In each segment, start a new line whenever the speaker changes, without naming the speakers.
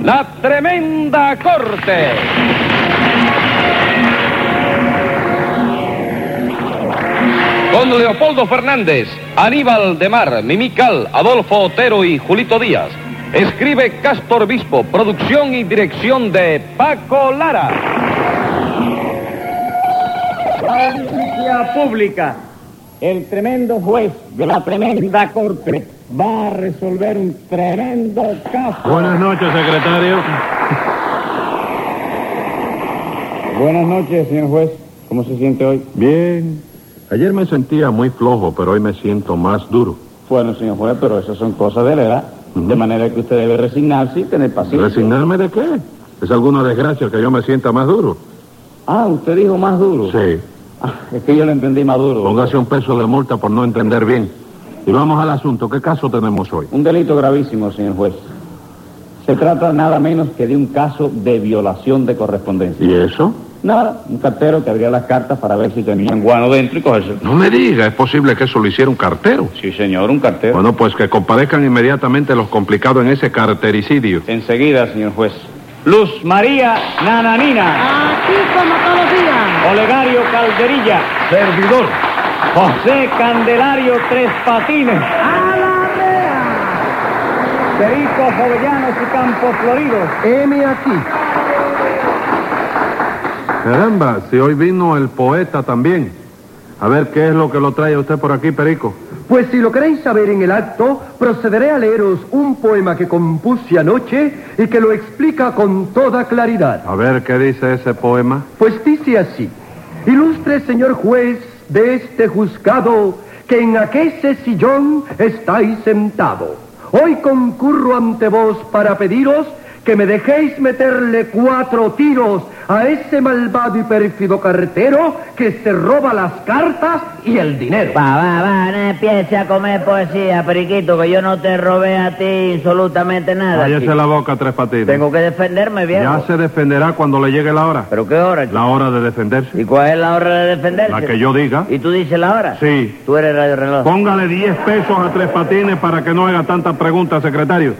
La Tremenda Corte. Con Leopoldo Fernández, Aníbal de Mar, Mimical, Adolfo Otero y Julito Díaz. Escribe Castor Bispo, producción y dirección de Paco Lara.
Audiencia pública. El tremendo juez de la tremenda corte va a resolver un tremendo caso.
Buenas noches, secretario.
Buenas noches, señor juez. ¿Cómo se siente hoy?
Bien. Ayer me sentía muy flojo, pero hoy me siento más duro.
Bueno, señor juez, pero esas son cosas de la edad. De manera que usted debe resignarse y tener paciencia.
¿Resignarme de qué? ¿Es alguna desgracia que yo me sienta más duro?
Ah, usted dijo más duro.
Sí.
Ah, es que yo lo entendí más duro.
Póngase un peso de multa por no entender bien. Y vamos al asunto. ¿Qué caso tenemos hoy?
Un delito gravísimo, señor juez. Se trata nada menos que de un caso de violación de correspondencia.
¿Y eso?
Nada, un cartero que abría las cartas para ver si tenían guano dentro y cogerse.
No me diga, es posible que eso lo hiciera un cartero.
Sí, señor, un cartero.
Bueno, pues que comparezcan inmediatamente los complicados en ese cartericidio.
Enseguida, señor juez. Luz María Nananina.
Aquí como todos los días.
Olegario Calderilla.
Servidor.
José Candelario Tres Patines.
A la vea.
Perico Jovellanos y Campos Floridos.
M aquí. Caramba, si hoy vino el poeta también. A ver qué es lo que lo trae a usted por aquí, Perico.
Pues si lo queréis saber en el acto, procederé a leeros un poema que compuse anoche y que lo explica con toda claridad.
A ver qué dice ese poema.
Pues dice así, ilustre señor juez de este juzgado, que en aquel sillón estáis sentado. Hoy concurro ante vos para pediros que me dejéis meterle cuatro tiros a ese malvado y pérfido cartero que se roba las cartas y el dinero.
Va, va, va, no empiece a comer poesía, periquito, que yo no te robé a ti absolutamente nada.
Cállese
chico.
la boca, Tres Patines.
Tengo que defenderme, viejo.
Ya se defenderá cuando le llegue la hora.
¿Pero qué hora, chico?
La hora de defenderse.
¿Y cuál es la hora de defenderse?
La que yo diga.
¿Y tú dices la hora?
Sí.
Tú eres Radio Reloj.
Póngale 10 pesos a Tres Patines para que no haga tantas preguntas, secretario.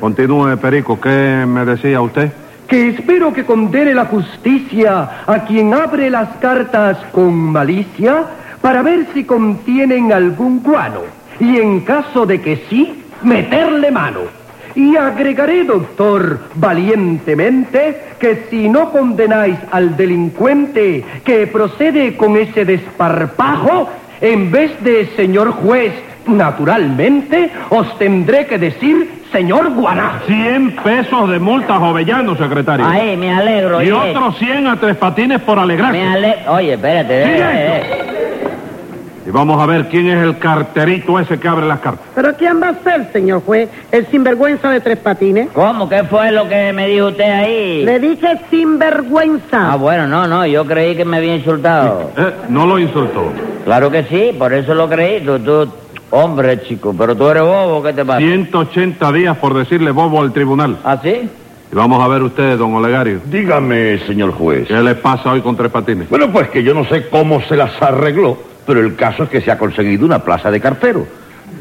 Continúe, Perico. ¿Qué me decía usted?
que espero que condene la justicia a quien abre las cartas con malicia para ver si contienen algún guano y en caso de que sí, meterle mano. Y agregaré, doctor, valientemente, que si no condenáis al delincuente que procede con ese desparpajo, en vez de señor juez, naturalmente, os tendré que decir señor guanajo.
100 pesos de multa, Jovellano, secretario.
Ahí, me alegro.
Y
oye.
otros 100 a Tres Patines por
Me
alegrarse.
ale... Oye, espérate. eh,
Silencio.
eh, eh.
Y vamos a ver quién es el carterito ese que abre las cartas.
Pero ¿quién va a ser, señor juez? El sinvergüenza de tres patines.
¿Cómo? ¿Qué fue lo que me dijo usted ahí?
Le dije sinvergüenza.
Ah, bueno, no, no, yo creí que me había insultado.
Eh, no lo insultó.
Claro que sí, por eso lo creí. Tú, tú, hombre, chico, pero tú eres bobo, ¿qué te pasa?
180 días por decirle bobo al tribunal.
¿Ah, sí?
Y vamos a ver usted, don Olegario.
Dígame, señor juez.
¿Qué le pasa hoy con Tres Patines?
Bueno, pues que yo no sé cómo se las arregló, pero el caso es que se ha conseguido una plaza de cartero.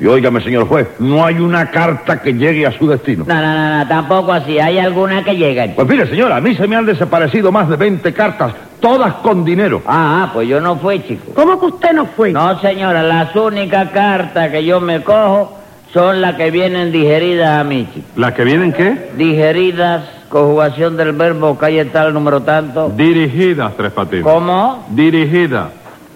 Y óigame, señor juez, no hay una carta que llegue a su destino.
No, no, no, no, tampoco así. Hay alguna que llega.
Pues mire, señora, a mí se me han desaparecido más de 20 cartas, todas con dinero.
Ah, ah, pues yo no fui, chico.
¿Cómo que usted no fue?
No, señora, las únicas cartas que yo me cojo son las que vienen digeridas a mí, chico.
¿Las que vienen qué?
Digeridas, conjugación del verbo calle tal, número tanto.
Dirigidas, Tres Patines.
¿Cómo?
Dirigida.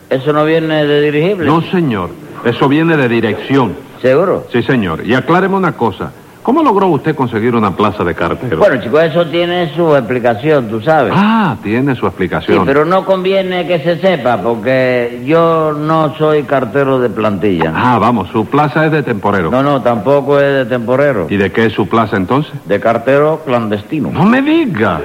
¿Eso no viene de dirigible?
No, señor. Eso viene de dirección.
¿Seguro?
Sí, señor. Y acláreme una cosa. ¿Cómo logró usted conseguir una plaza de cartero?
Bueno, chico, eso tiene su explicación, tú sabes.
ah, tiene su
Sí,
explicación.
pero no conviene que se sepa, porque yo no soy cartero de plantilla.
Ah, vamos, su plaza es de temporero.
No, no, tampoco es de temporero.
¿Y de qué es su plaza entonces?
De cartero clandestino.
No me diga.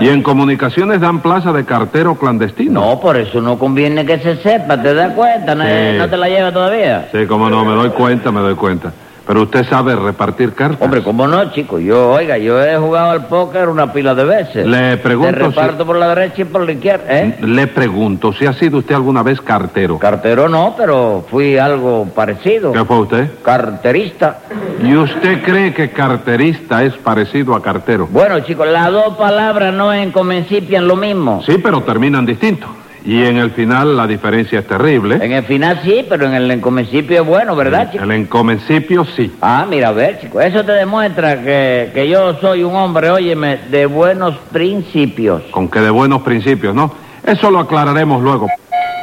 Y en comunicaciones dan plaza de cartero clandestino.
No, por eso no conviene que se sepa, ¿te das cuenta? No,
Sí.
no te la lleva todavía.
Sí, cómo no, me doy cuenta, me doy cuenta. Pero usted sabe repartir cartas.
Hombre, ¿cómo no, chico? Yo, oiga, yo he jugado al póker una pila de veces.
Le pregunto
Te reparto
si-
por la derecha y por la izquierda, ¿eh?
Le pregunto si ha sido usted alguna vez cartero.
Cartero no, pero fui algo parecido.
¿Qué fue usted?
Carterista.
¿Y usted cree que carterista es parecido a cartero?
Bueno, chicos, las dos palabras no en comencipian lo mismo.
Sí, pero terminan distintos. Y en el final la diferencia es terrible.
En el final sí, pero en el encomencipio es bueno, ¿verdad, chico?
El encomencipio sí.
Ah, mira, a ver, chico, eso te demuestra que, que yo soy un hombre, óyeme, de buenos principios.
Con que de buenos principios, ¿no? Eso lo aclararemos luego.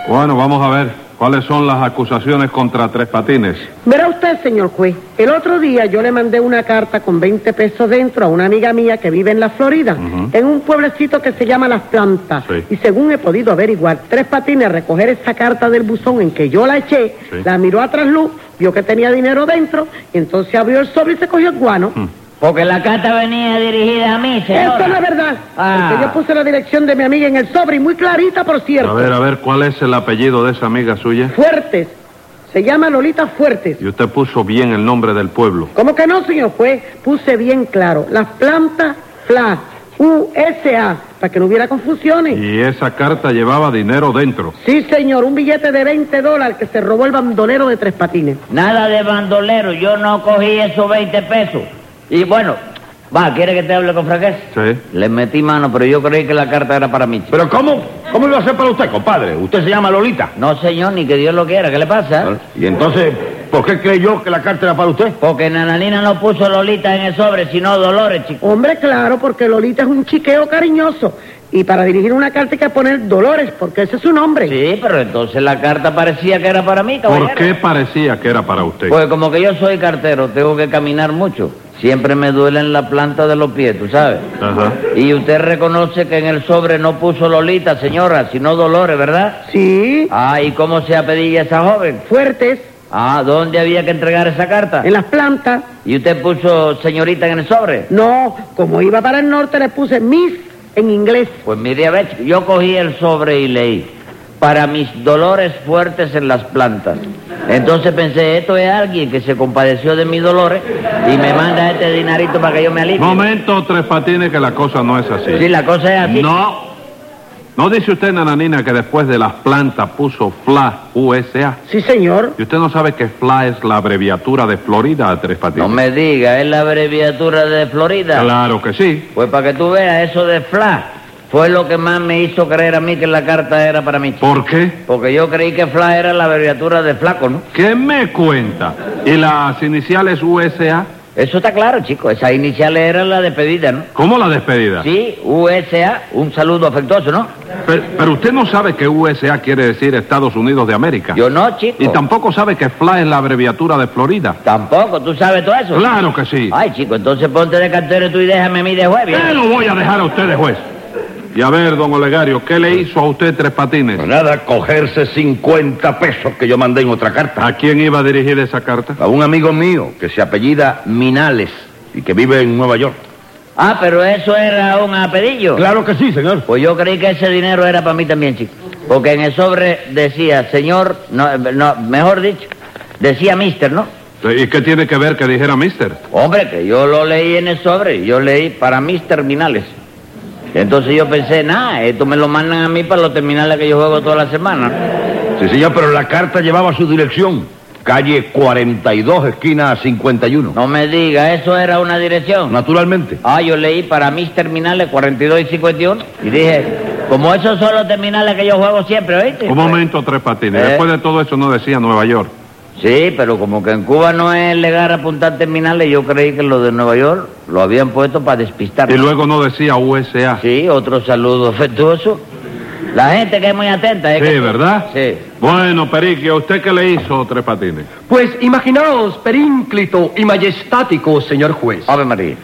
Bueno, vamos a ver cuáles son las acusaciones contra Tres Patines.
Verá usted, señor juez, el otro día yo le mandé una carta con 20 pesos dentro a una amiga mía que vive en la Florida, en un pueblecito que se llama Las Plantas.
Sí.
Y según he podido averiguar, Tres Patines a recoger esa carta del buzón en que yo la eché,
Sí.
la miró a trasluz, vio que tenía dinero dentro, y entonces abrió el sobre y se cogió el guano.
Porque la carta venía dirigida a mí, señor.
Eso no es verdad,
Ah.
porque yo puse la dirección de mi amiga en el sobre, y muy clarita, por
A
cierto.
ver, a ver, ¿cuál es el apellido de esa amiga suya?
Fuertes, se llama Lolita Fuertes.
Y usted puso bien el nombre del pueblo.
¿Cómo que no, señor juez? Puse bien claro. Las plantas FLA, USA, para que no hubiera confusiones.
Y esa carta llevaba dinero dentro.
Sí, señor, un billete de 20 dólares que se robó el bandolero de Tres Patines.
Nada de bandolero, yo no cogí esos 20 pesos. Y bueno, va, ¿quiere que te hable con franqueza?
Sí.
Le metí mano, pero yo creí que la carta era para mí. chico.
Pero ¿cómo? ¿Cómo lo hace para usted, compadre? Usted se llama Lolita.
No, señor, ni que Dios lo quiera, ¿qué le pasa?
¿Ah?
Y entonces, ¿por qué cree yo que la carta era para usted?
Porque Nananina no puso Lolita en el sobre, sino Dolores, chico.
Hombre, claro, porque Lolita es un chiqueo cariñoso. Y para dirigir una carta hay que poner Dolores, porque ese es su nombre.
Sí, pero entonces la carta parecía que era para mí, caballero.
¿Por qué parecía que era para usted?
Pues como que yo soy cartero, tengo que caminar mucho. Siempre me duelen la planta de los pies, ¿tú sabes?
Ajá.
Y usted reconoce que en el sobre no puso Lolita, señora, sino Dolores, ¿verdad?
Sí,
Ah, ¿y cómo se apellía esa joven?
Fuertes,
Ah, ¿dónde había que entregar esa carta?
en las plantas.
¿Y usted puso señorita en el sobre?
No, como iba para el norte le puse Miss en inglés.
Pues mire, a ver, yo cogí el sobre y leí. Para mis dolores fuertes en las plantas. Entonces pensé, esto es alguien que se compadeció de mis dolores y me manda este dinarito para que yo me alivie.
Momento, Tres Patines, que la cosa no es
Sí,
así.
la cosa es así.
No. ¿No dice usted, Nananina, que después de las plantas puso FLA USA?
Sí, señor.
Y usted no sabe que FLA es la abreviatura de Florida a Tres Patines.
No me diga, es la abreviatura de Florida.
Claro que sí.
Pues para que tú veas, eso de Flash fue lo que más me hizo creer a mí que la carta era para mí. chico.
¿Por qué?
Porque yo creí que Flash era la abreviatura de flaco, ¿no?
¿Qué me cuenta? ¿Y las iniciales USA?
Eso está claro, chico. Esa inicial era la despedida, ¿no?
¿Cómo la despedida?
Sí, USA, un saludo afectuoso, ¿no?
Pero, pero usted no sabe que USA quiere decir Estados Unidos de América.
Yo no, chico.
Y tampoco sabe que FLA es la abreviatura de Florida.
Tampoco, ¿tú sabes todo eso?
Claro que sí.
Ay, chico, entonces ponte de cartero tú y déjame a mí de jueves.
¿Qué lo voy a dejar a usted de juez? Y a ver, don Olegario, ¿qué le hizo a usted Tres Patines?
Nada, cogerse 50 pesos que yo mandé en otra carta.
¿A quién iba a dirigir esa carta?
A un amigo mío que se apellida Minales y que vive en Nueva York.
Ah, pero eso era un apedillo.
Claro que sí, señor.
Pues yo creí que ese dinero era para mí también, chico. Porque en el sobre decía, señor, no, eh, no, mejor dicho, decía mister, ¿no?
¿Y qué tiene que ver que dijera mister?
Hombre, que yo lo leí en el sobre, yo leí para mis terminales. Entonces yo pensé, nada, esto me lo mandan a mí para los terminales que yo juego toda la semana.
Sí, señor, pero la carta llevaba su dirección. Calle 42, esquina 51.
No me diga, eso era una dirección.
Naturalmente.
Ah, yo leí para mis terminales 42 y 51 y dije, como esos son los terminales que yo juego siempre, ¿oíste?
Un momento, Tres Patines.
Eh.
Después de todo eso no decía Nueva York.
Sí, pero como que en Cuba no es legal apuntar terminales, yo creí que lo de Nueva York lo habían puesto para despistar.
Y luego no decía USA.
Sí, otro saludo afectuoso. La gente que es muy atenta. ¿eh?
Sí,
que-
¿verdad?
Sí.
Bueno, Periqui, ¿a usted qué le hizo Tres Patines?
Pues imaginaos, perínclito y majestático, señor juez.
Ah.
Ave María.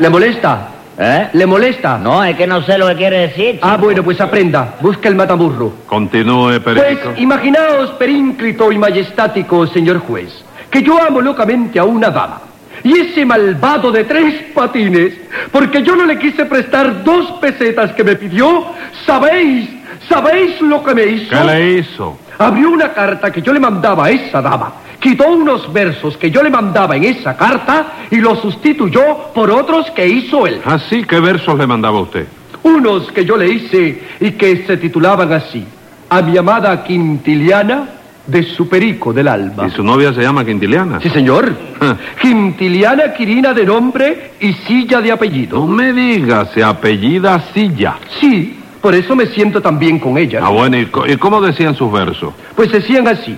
¿Le molesta?
¿Eh?
¿Le molesta?
No, es que no sé lo que quiere decir. chico.
Ah, bueno, pues aprenda. Busca el mataburro.
Continúe,
Pues
Perico.
imaginaos, perínclito y majestático, señor juez, que yo amo locamente a una dama. Y ese malvado de tres patines, porque yo no le quise prestar dos pesetas que me pidió, ¿sabéis? ¿Sabéis lo que me hizo?
¿Qué le hizo?
Abrió una carta que yo le mandaba a esa dama, quitó unos versos que yo le mandaba en esa carta y los sustituyó por otros que hizo él.
Así, ¿qué versos le mandaba usted?
Unos que yo le hice y que se titulaban así. A mi amada Quintiliana de su perico del alma.
¿Y su novia se llama Quintiliana?
Sí, señor.
Ah.
Quintiliana Quirina de nombre y silla de
No
apellido.
me diga, se apellida Silla.
Sí, por eso me siento tan bien con ella.
Ah, bueno, ¿y, co- y cómo decían sus versos?
Pues decían así.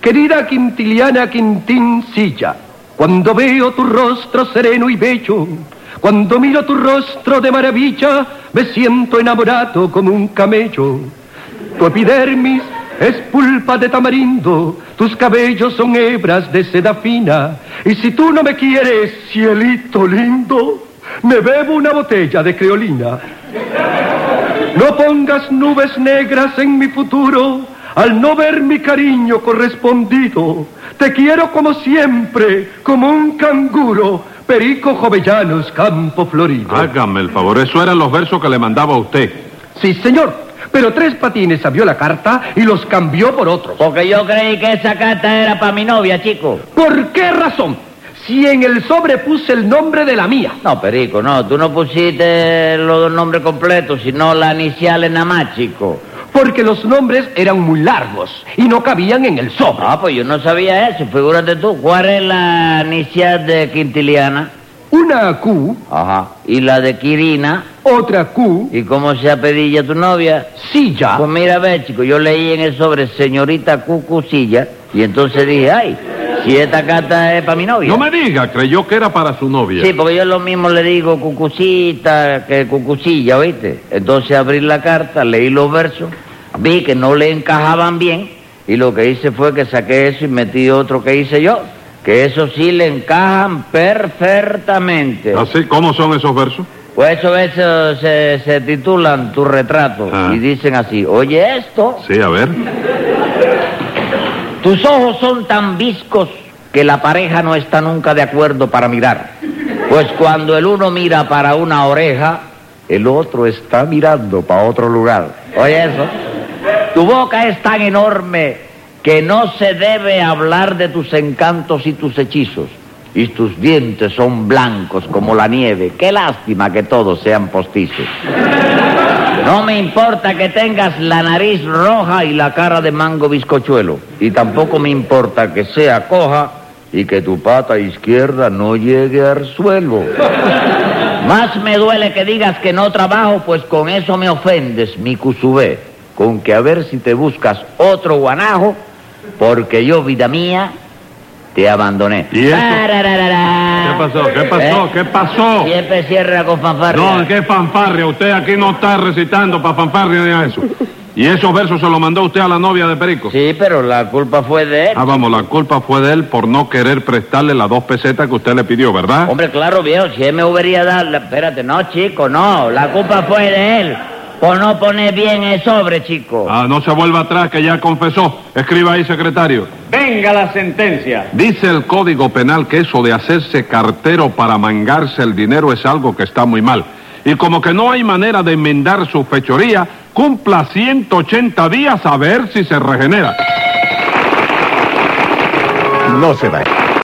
Querida Quintiliana Quintín Silla, cuando veo tu rostro sereno y bello, cuando miro tu rostro de maravilla, me siento enamorado como un camello. Tu epidermis es pulpa de tamarindo, tus cabellos son hebras de seda fina, y si tú no me quieres, cielito lindo, me bebo una botella de creolina. No pongas nubes negras en mi futuro al no ver mi cariño correspondido. Te quiero como siempre, como un canguro, Perico Jovellanos, Campo Florido.
Hágame el favor, eso eran los versos que le mandaba a usted.
Sí, señor. Pero Tres Patines abrió la carta y los cambió por otros.
Porque yo creí que esa carta era para mi novia, chico.
¿Por qué razón? Si en el sobre puse el nombre de la mía.
No, Perico, no, tú no pusiste los nombres completos, sino las iniciales nada más, chico.
Porque los nombres eran muy largos y no cabían en el sobre.
Ah, pues yo no sabía eso, figúrate tú. ¿Cuál es la inicial de Quintiliana?
Una Q,
Ajá. ¿Y la de Quirina?
otra Q,
¿Y cómo se apellida tu novia?
silla.
Ah.
Pues mira, a ver, chico, yo leí en el sobre señorita Cucucilla y entonces dije, ay, si esta carta es para mi novia.
No me diga, creyó que era para su novia.
Sí, porque yo lo mismo le digo cucucita que cucucilla, ¿oíste? Entonces abrí la carta, leí los versos, vi que no le encajaban bien y lo que hice fue que saqué eso y metí otro que hice yo, que eso sí le encajan perfectamente.
Así, Ah, ¿cómo son esos versos?
Pues eso, eso se, se titulan tu retrato
Ah.
y dicen así, oye esto,
Sí, a ver.
tus ojos son tan viscos que la pareja no está nunca de acuerdo para mirar. Pues cuando el uno mira para una oreja, el otro está mirando para otro lugar. Oye eso. Tu boca es tan enorme que no se debe hablar de tus encantos y tus hechizos. Y tus dientes son blancos como la nieve. Qué lástima que todos sean postizos. No me importa que tengas la nariz roja y la cara de mango bizcochuelo. Y tampoco me importa que sea coja y que tu pata izquierda no llegue al suelo. Más me duele que digas que no trabajo, pues con eso me ofendes, mi cusubé. Con que a ver si te buscas otro guanajo, porque yo, vida mía, te abandoné.
¿Y eso?
Tarararara.
¿Qué pasó? ¿Qué pasó?
Ah. ¿Eh?
¿Qué pasó?
Siempre cierra con fanfarria.
No, ¿qué fanfarria? Usted aquí no está recitando para fanfarria ni eso. Y esos versos se los mandó usted a la novia de Perico.
Sí, pero la culpa fue de él.
Ah, vamos, la culpa fue de él por no querer prestarle las dos pesetas que usted le pidió, ¿verdad?
Hombre, claro, viejo, si él me hubiera dado... la- Espérate, no, chico, no. La culpa fue de él por no poner bien el sobre, chico.
Ah, no se vuelva atrás, que ya confesó. Escriba ahí, secretario.
Venga la sentencia.
Dice el Código Penal que eso de hacerse cartero para mangarse el dinero es algo que está muy mal. Y como que no hay manera de enmendar su fechoría, cumpla 180 días a ver si se regenera.
No se vaya.